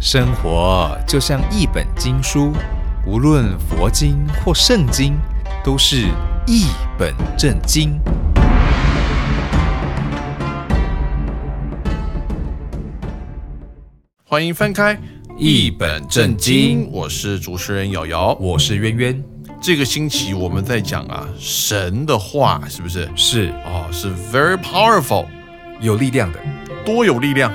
生活就像一本经书，无论佛经或圣经，都是一本正经。欢迎翻开一本正经我是主持人瑶瑶。我是渊渊，这个星期我们在讲啊，神的话是不是？是哦，是 very powerful，有力量的，多有力量。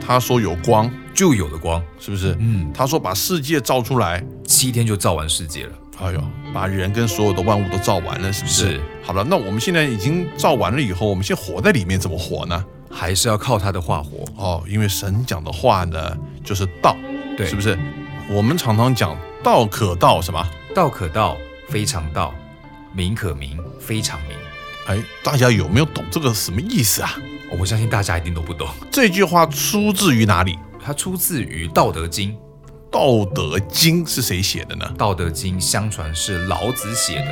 他说有光，就有了光。是不是？嗯，他说把世界造出来，七天就造完世界了。哎呦，把人跟所有的万物都造完了，是不是？是好了，那我们现在已经造完了以后，我们现在活在里面怎么活呢？还是要靠他的化活。哦，因为神讲的话呢，就是道，对是不是？我们常常讲道可道什么？道可道，非常道；名可名，非常名。哎，大家有没有懂这个什么意思啊？我相信大家一定都不懂，这句话出自于哪里？它出自于《道德经》。 《道德经》是谁写的呢？《道德经》相传是老子写的。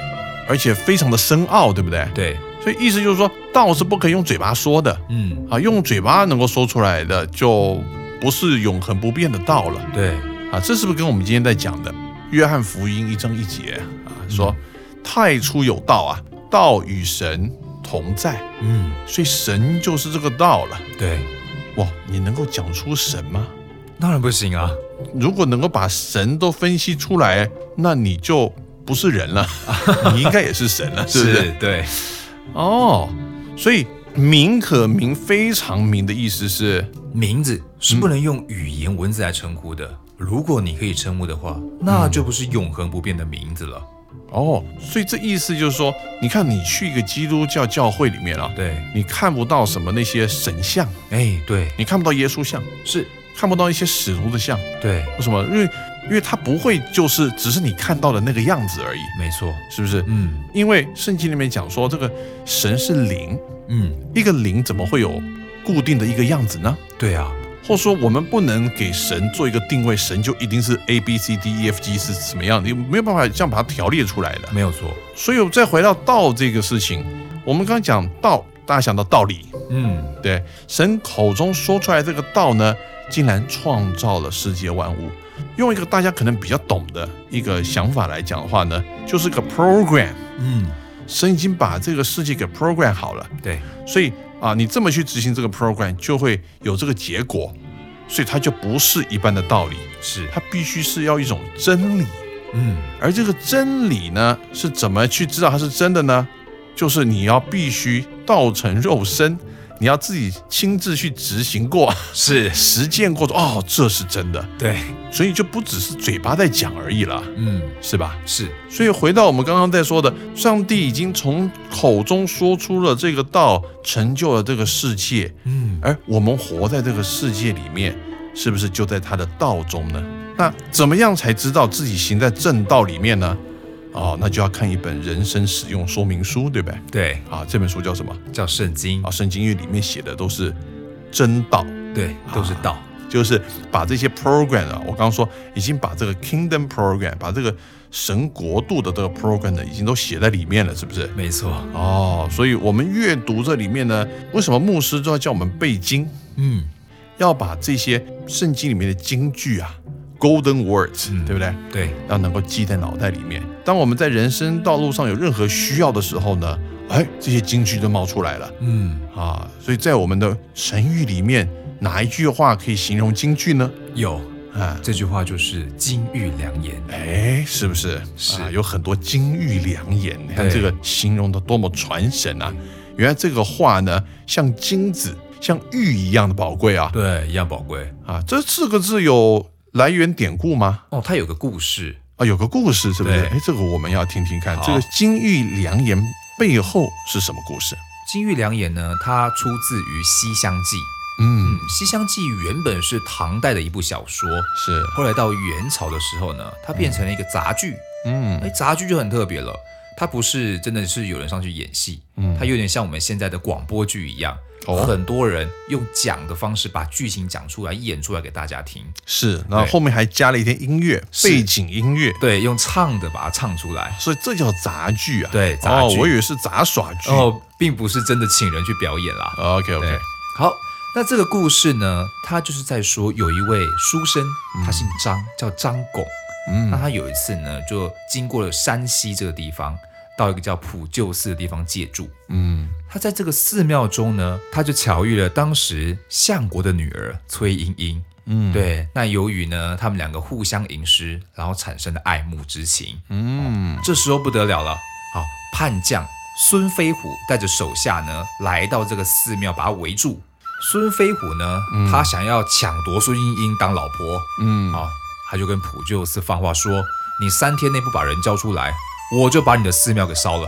而且非常的深奥，对不对？对，所以意思就是说，道是不可以用嘴巴说的嗯，啊，用嘴巴能够说出来的，就不是永恒不变的道了对，啊。这是不是跟我们今天在讲的《约翰福音》一章一节啊，说太初有道啊，道与神同在，嗯，所以神就是这个道了。对，哇，你能够讲出神吗？当然不行啊。如果能够把神都分析出来，那你就不是人 了，你应该也是神啊了，是不是？对，哦，所以名可名非常名的意思是，名字是不能用语言文字来称呼的。如果你可以称呼的话，那就不是永恒不变的名字了。哦，所以这意思就是说，你看你去一个基督教教会里面啊，对，你看不到什么那些神像，哎，对，你看不到耶稣像，是，看不到一些使徒的像，对，为什么？因为因为他不会就是只是你看到的那个样子而已，没错，是不是？嗯因为圣经里面讲说，这个神是灵，嗯，一个灵怎么会有固定的一个样子呢？对啊，或说我们不能给神做一个定位，神就一定是 A B C D E F G 是什么样的，你没有办法这样把它条列出来的。没有错，所以我再回到道这个事情，我们刚刚讲道，大家想到道理，嗯，对神口中说出来这个道呢，竟然创造了世界万物。用一个大家可能比较懂的一个想法来讲的话呢，就是个 program，嗯，神已经把这个世界给 program 好了。对，所以啊，你这么去执行这个 program，就会有这个结果，所以它就不是一般的道理，是，它必须是要一种真理。嗯，而这个真理呢，是怎么去知道它是真的呢？就是你要必须道成肉身，你要自己亲自去执行过、 是，实践过，哦，这是真的。对，所以就不只是嘴巴在讲而已了，嗯，是吧？是，所以回到我们刚刚在说的，上帝已经从口中说出了这个道，成就了这个世界，嗯，而我们活在这个世界里面，是不是就在他的道中呢？那怎么样才知道自己行在正道里面呢？哦，那就要看一本人生使用说明书，对不对？对，啊，这本书叫什么？叫圣经啊，，圣经因为里面写的都是真道，对，都是道，就是把这些 program 啊，我刚刚说已经把这个 kingdom program，把这个神国度的这个 program 呢，已经都写在里面了，是不是？没错，哦，所以我们阅读这里面呢，为什么牧师都要叫我们背经？嗯，要把这些圣经里面的金句啊，golden words，、对不对？对，要能够记在脑袋里面。当我们在人生道路上有任何需要的时候呢，哎，这些金句都冒出来了嗯，啊！所以在我们的成语里面，哪一句话可以形容金句呢？有啊，这句话就是金玉良言，哎，是不是？是啊、有很多金玉良言，你看对这个形容的多么传神啊！原来这个话呢，像金子、像玉一样的宝贵啊！对，一样宝贵。啊，这四个字有来源典故吗？哦，它有个故事，啊，有个故事是不是？对哎，这个我们要听听看，好这个金玉良言背后是什么故事？金玉良言呢，它出自于《西厢记》。嗯， 《西厢记》原本是唐代的一部小说，是，后来到元朝的时候呢，它变成了一个杂剧。嗯哎，杂剧就很特别了，它不是真的是有人上去演戏，嗯它有点像我们现在的广播剧一样，哦很多人用讲的方式把剧情讲出来、演出来给大家听。是。然后对后面还加了一点音乐，是背景音乐，对，用唱的把它唱出来。所以这叫杂剧啊。对杂哦，剧哦我以为是杂耍剧。哦，并不是真的请人去表演啦。 OK OK，对，好，那这个故事呢，它就是在说有一位书生，他姓张，叫张拱。那嗯他有一次呢，就经过了山西这个地方，到一个叫普救寺的地方借住。嗯他在这个寺庙中呢，他就巧遇了当时相国的女儿崔莺莺。嗯，对，那由于呢，他们两个互相吟诗，然后产生了爱慕之情。嗯这时候不得了了，好，叛将孙飞虎带着手下呢，来到这个寺庙，把他围住。孙飞虎呢，他想要抢夺孙莺莺当老婆，嗯，啊，他就跟普救寺放话说：“你三天内不把人交出来，我就把你的寺庙给烧了。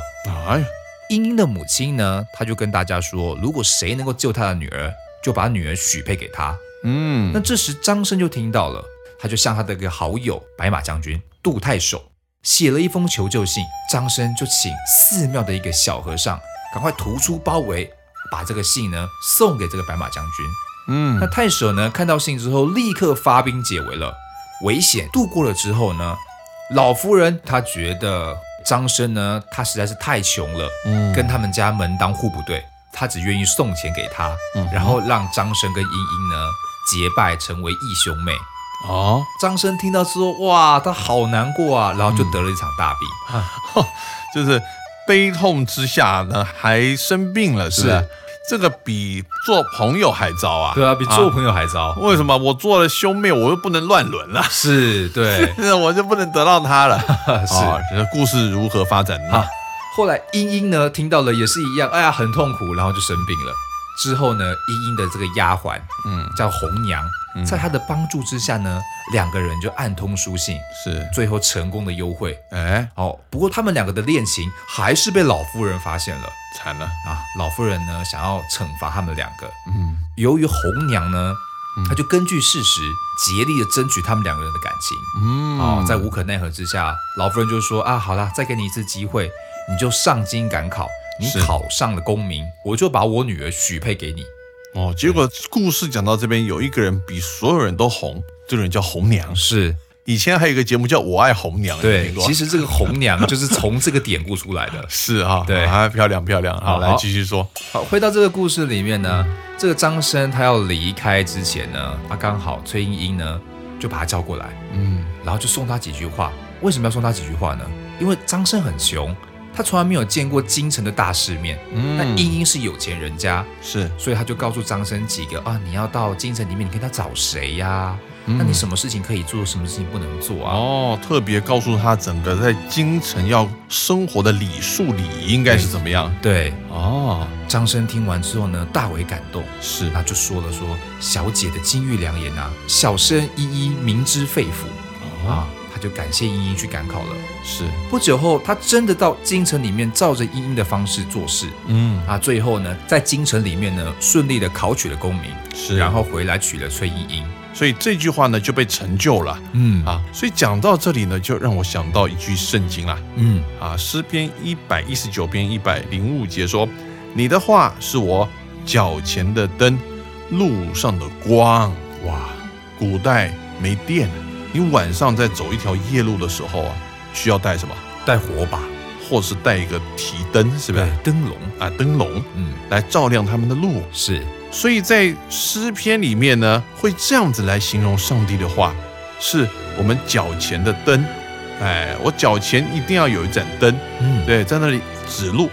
哎，”英英的母亲呢，她就跟大家说，如果谁能够救她的女儿，就把女儿许配给他。嗯那这时张生就听到了，他就向他的一个好友白马将军杜太守写了一封求救信。张生就请寺庙的一个小和尚赶快突出包围，把这个信呢送给这个白马将军。嗯那太守呢，看到信之后，立刻发兵解围了。危险度过了之后呢，老夫人她觉得张生呢，他实在是太穷了，嗯跟他们家门当户不对，她只愿意送钱给他，然后让张生跟英英呢结拜成为义兄妹。哦，张生听到之后，哇，他好难过啊，然后就得了一场大病。就是悲痛之下呢，还生病了，是不是是？这个比做朋友还糟啊！对啊，比做朋友还糟。为什么我做了兄妹，我又不能乱伦了？，是，对 我就不能得到他了。是。啊，这个故事如何发展呢啊？后来英英呢听到了也是一样，哎呀很痛苦，然后就生病了。之后呢，英英的这个丫鬟，嗯嗯，叫红娘，在她的帮助之下呢，两个人就暗通书信，是，最后成功的幽会。哎，哦，不过他们两个的恋情还是被老夫人发现了惨了，啊！老夫人呢想要惩罚他们两个，嗯由于红娘呢，她就根据事实竭力的争取他们两个人的感情。嗯哦，在无可奈何之下，老夫人就说啊，好啦，再给你一次机会，你就上京赶考，你是考上了功名，我就把我女儿许配给你。哦，结果故事讲到这边，有一个人比所有人都红，这个人叫红娘。是以前还有一个节目叫《我爱红娘》， 你有对听，过。其实这个红娘就是从这个典故出来的是啊，对啊，漂亮漂亮，好，好来继续说，好，回到这个故事里面呢，这个张生他要离开之前呢，他刚好崔莺莺呢就把他叫过来，嗯然后就送他几句话。为什么要送他几句话呢？因为张生很穷，他从来没有见过京城的大世面。那嗯，莺莺是有钱人家，是，所以他就告诉张生几个啊，你要到京城里面，你跟他找谁呀、嗯那你什么事情可以做，什么事情不能做啊？哦，特别告诉他整个在京城要生活的礼数礼仪应该是怎么样。对，哦，张生听完之后呢，大为感动，是，那就说了说小姐的金玉良言啊，小生一一明知肺腑哦，啊，他就感谢莺莺去赶考了。是，不久后，他真的到京城里面，照着莺莺的方式做事嗯，啊，最后呢，在京城里面呢，顺利的考取了功名，是。然后回来娶了崔莺莺。所以这句话呢就被成就了嗯啊。所以讲到这里呢，就让我想到一句圣经啦，嗯，啊，诗篇一百一十九篇一百零五节说：“你的话是我脚前的灯，路上的光。”哇，古代没电，你晚上在走一条夜路的时候啊，需要带什么？带火把，或是带一个提灯，是不是？对，灯笼，啊，灯笼嗯，来照亮他们的路。是。所以在诗篇里面呢，会这样子来形容上帝的话，是我们脚前的灯。哎，我脚前一定要有一盏灯，嗯，对，在那里指路。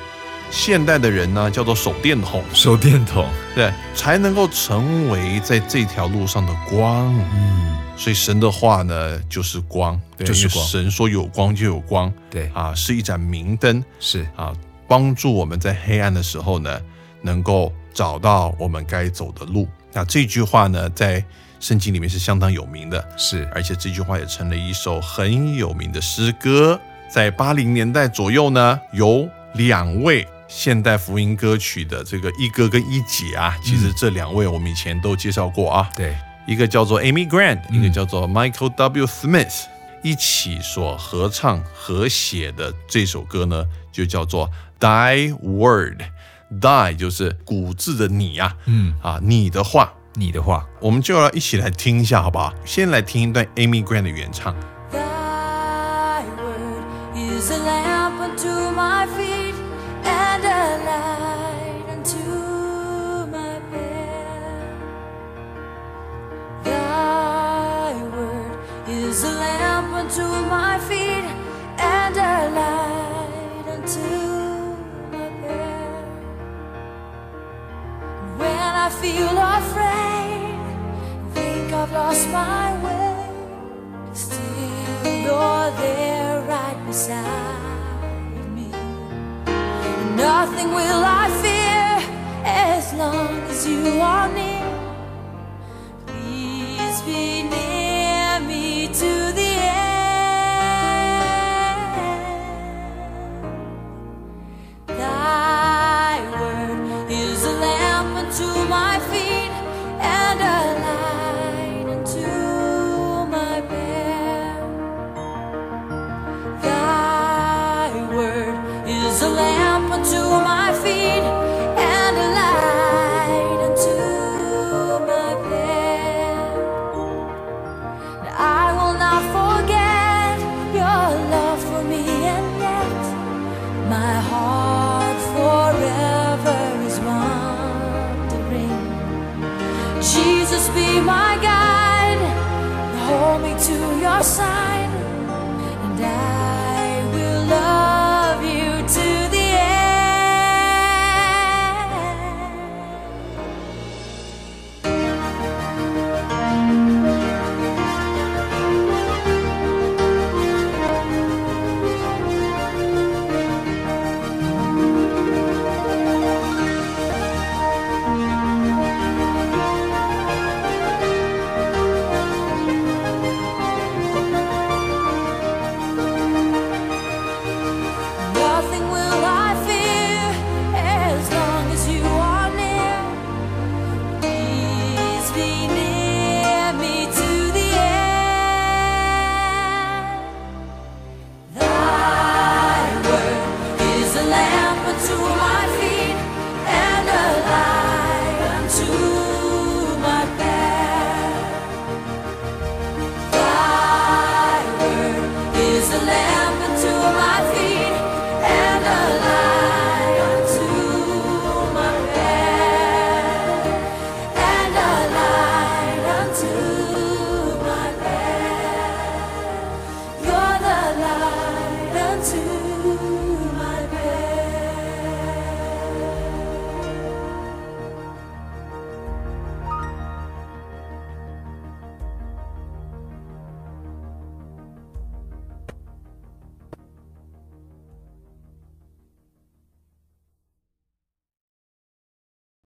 现代的人呢，叫做手电筒，手电筒，对，才能够成为在这条路上的光。嗯，所以神的话呢，就是光，对就是因为光神说有光就有光对，啊，是一盏明灯是啊，帮助我们在黑暗的时候呢，能够找到我们该走的路。那这句话呢，在圣经里面是相当有名的，是，而且这句话也成了一首很有名的诗歌。在八零年代左右呢，有两位现代福音歌曲的这个一哥跟一姐啊，其实这两位我们以前都介绍过啊，对，一个叫做 Amy Grant，嗯一个叫做 Michael W. Smith，一起所合唱合写的这首歌呢，就叫做 Thy Word。Thy 就是古字的你呀、嗯，啊，你的话，你的话，我们就要一起来听一下，好不好？先来听一段 Amy Grant 的原唱。 Thy word is a lamp unto my feet and a light unto my path. feel afraid. Think I've lost my way. Still, you're there right beside me. Nothing will I fear as long as you are near. Please be near me to the end. Thy word is a lamp unto my feet and a light unto my path. Thy word is a lamp unto my feet and a light unto my path. I will not forget your love for me and yet my heart forever is wandering. Jesus be my guide, hold me to your side.